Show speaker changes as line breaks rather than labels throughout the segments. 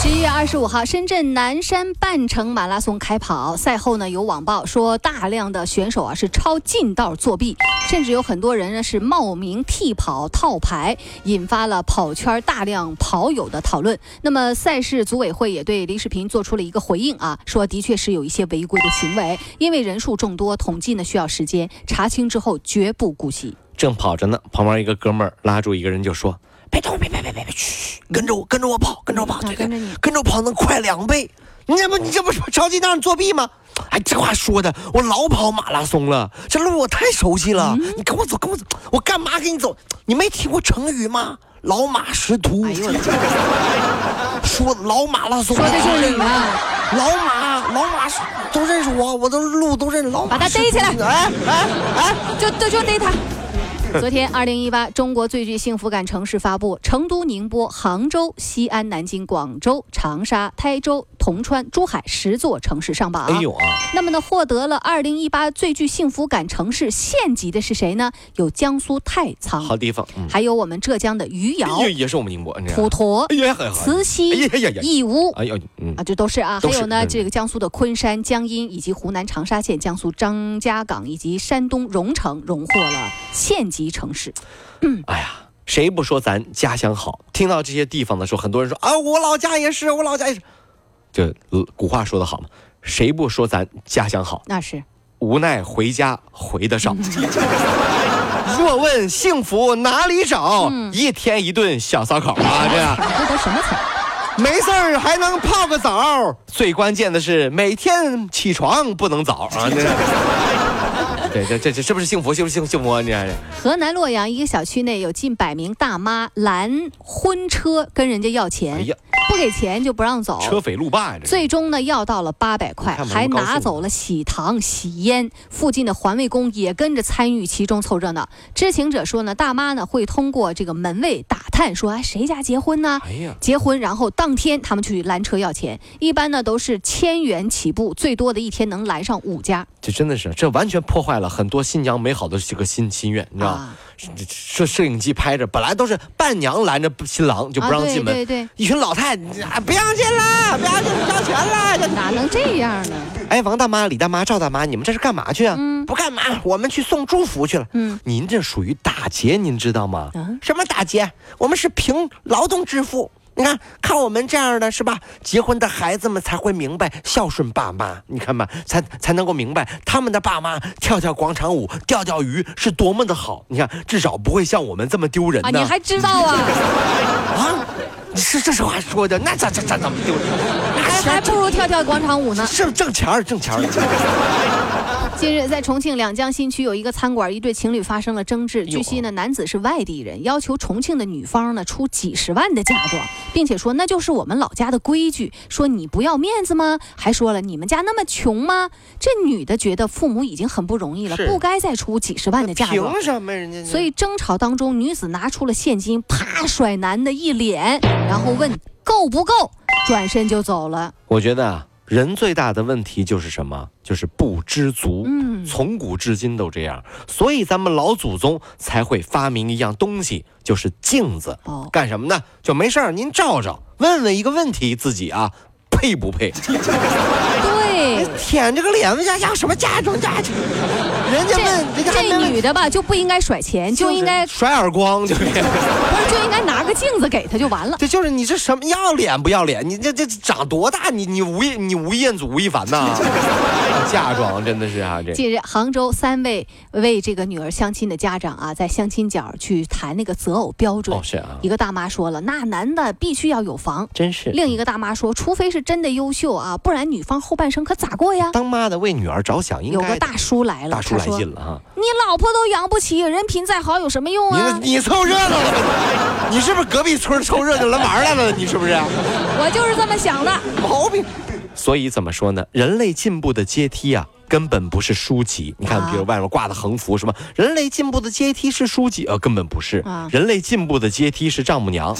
十一月二十五号，深圳南山半程马拉松开跑，赛后呢有网曝说，大量的选手啊是抄近道作弊，甚至有很多人呢是冒名替跑套牌，引发了跑圈大量跑友的讨论。那么赛事组委会也对李世平做出了一个回应啊，说的确是有一些违规的行为，因为人数众多，统计呢需要时间，查清之后绝不姑息。
正跑着呢，旁边一个哥们儿拉住一个人就说：“别动，别别别别别，嘘，跟着我，跟着我跑，跟着我跑，
嗯
对对，
跟着你
跟着我跑能快两倍。你这不你这不是着急让你作弊吗？哎，这话说的，我老跑马拉松了，这路我太熟悉了。你跟我走，跟我走，我干嘛跟你走？你没听过成语吗？老马识途。
哎呦我的
说老马拉松，
说的就是你啊！
老马，老马是都认识我，我的路都认识老马。
把他逮起来
是不是哎哎哎！
就就就逮他。昨天，二零一八中国最具幸福感城市发布，成都、宁波、杭州、西安、南京、广州、长沙、台州、铜川、珠海十座城市上榜。
哎呦啊！
那么呢，获得了二零一八最具幸福感城市县级的是谁呢？有江苏太
好
仓，
地方，嗯，哎
还有我们浙江的余姚、
也也是我们宁波，你看
普陀、
哎呀，很好，
慈
哎呀
溪、
哎呀哎呀，
义乌。
哎呦，嗯
啊，，这都是啊，
都
还
是
有呢，
嗯
这个江苏的昆山、江阴，以及湖南长沙县、江苏张家港以及山东荣城荣获了县级城市。嗯
哎呀，谁不说咱家乡好？听到这些地方的时候，很多人说啊，我老家也是，我老家也是。就呃古话说得好嘛，谁不说咱家乡好？
那是
无奈回家回得少。
嗯
若问幸福哪里找？
嗯
一天一顿小烧烤啊，这样。
这都什么词儿？
没事儿还能泡个澡，最关键的是每天起床不能早 啊！这这这这这是不是幸福？幸不幸幸福啊？你看这
河南洛阳一个小区内有近百名大妈拦婚车跟人家要钱，
哎呀
不给钱就不让走。
车匪路霸呀！这
最终呢，要到了八百块，
看吧
还
我们高兴
拿走了喜糖、喜烟。附近的环卫工也跟着参与其中凑热闹。知情者说呢，大妈呢会通过这个门卫打探说，哎，谁家结婚呢？
哎呀，
结婚，然后当天他们去拦车要钱，一般呢都是千元起步，最多的一天能拦上五家。
这真的是这完全破坏了很多新娘美好的这个心心愿，你知道吗
啊？
这摄摄影机拍着，本来都是伴娘拦着新郎就不让进
啊、对
门，
对
一群老太太啊不让进啦，不让进，不要钱啦！这
对，哪能这样呢？
哎，王大妈、李大妈、赵大妈，你们这是干嘛去啊？
嗯
不干嘛，我们去送祝福去了。
嗯，
您这属于打劫，您知道吗？
啊
什么打劫？我们是凭劳动致富。你看，看我们这样的是吧？结婚的孩子们才会明白孝顺爸妈，你看吧，才才能够明白他们的爸妈跳跳广场舞、钓钓鱼是多么的好。你看，至少不会像我们这么丢人
啊，
呢。
你还知道啊？
啊？你是这是话说的，那咋咋咋怎么丢人？拿
还
钱
还不如跳跳广场舞呢。
是挣钱儿，挣钱儿。
近日，在重庆两江新区有一个餐馆，一对情侣发生了争执。据悉呢，男子是外地人，要求重庆的女方呢出几十万的嫁妆，并且说那就是我们老家的规矩。说你不要面子吗？还说了你们家那么穷吗？这女的觉得父母已经很不容易了，
是
不该再出几十万的嫁妆。
什么人家
所以争吵当中，女子拿出了现金，啪甩男的一脸，然后问够不够，转身就走了。
我觉得啊，人最大的问题就是什么？就是不知足。
嗯
从古至今都这样，所以咱们老祖宗才会发明一样东西，就是镜子。
哦
干什么呢？就没事儿，您照照，问问一个问题，自己啊，配不 配？
对。
舔这个脸，人家要什么嫁妆嫁妆？人家问，
这
人家还没
这
问
女的吧，就不应该甩钱，就应该
甩耳光，就是。
不是，就应该拿个镜子给他就完了。
这就是你这什么要脸不要脸？你这这长多大？你你吴亦你吴彦祖吴亦凡 呐？嫁妆真的是啊，这
近日，杭州三位为这个女儿相亲的家长啊，在相亲角去谈那个择偶标准。
哦是啊，
一个大妈说了，那男的必须要有房；
真是
另一个大妈说，除非是真的优秀啊，不然女方后半生可咋过呀？
当妈的为女儿着想，应
有
该
个
的
大叔来了，
大叔
他
来
说：“
劲了哈。
你老婆都养不起，人品再好有什么用啊？
你你凑热闹了，你是不是隔壁村凑热闹来玩来了？你是不是
我就是这么想的。
毛病？所以怎么说呢？人类进步的阶梯啊，根本不是书籍。你看，
啊
比如外面挂的横幅什么“人类进步的阶梯是书籍”，呃，根本不是
啊。
人类进步的阶梯是丈母娘。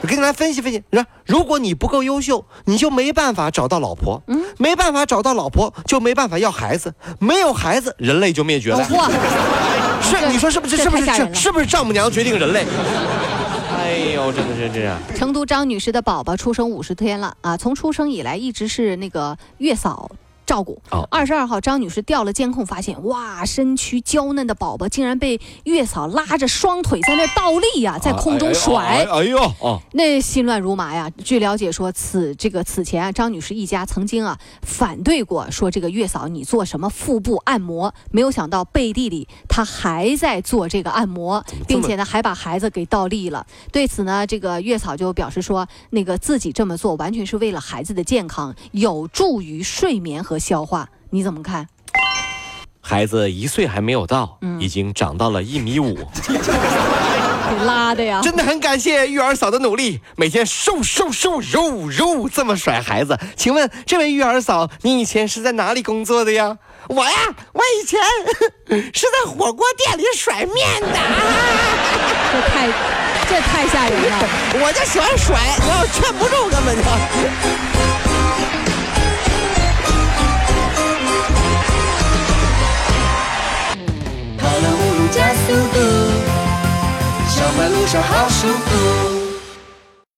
我给你来分析分析，你说如果你不够优秀，你就没办法找到老婆，
嗯
没办法找到老婆，就没办法要孩子，没有孩子，人类就灭绝了。
哇，
是
这
你说是不是？
这
是不
啊太
是？
吓
是
人了
是不是丈母娘决定人类？ 哎呦，真的是这样。
成都张女士的宝宝出生五十天了啊，从出生以来一直是那个月嫂。照顾
哦
二十二号，张女士调了监控，发现哇，身躯娇嫩的宝宝竟然被月嫂拉着双腿在那儿倒立呀、在空中甩
哎，哎呦，哦，
那心乱如麻呀。据了解说，此这个此前啊，张女士一家曾经啊反对过，说这个月嫂你做什么腹部按摩，没有想到背地里她还在做这个按摩，并且呢还把孩子给倒立了。对此呢，这个月嫂就表示说，那个自己这么做完全是为了孩子的健康，有助于睡眠和消化。你怎么看？
孩子一岁还没有到，
嗯
已经长到了一米五，
给拉的呀，
真的很感谢育儿嫂的努力，每天瘦瘦瘦肉肉这么甩孩子。请问这位育儿嫂，你以前是在哪里工作的呀？我呀，我以前 是在火锅店里甩面的，
这太这太吓人了。
我就喜欢甩，然后劝不住根本就。
跑了五路加速度，上班路上好舒服。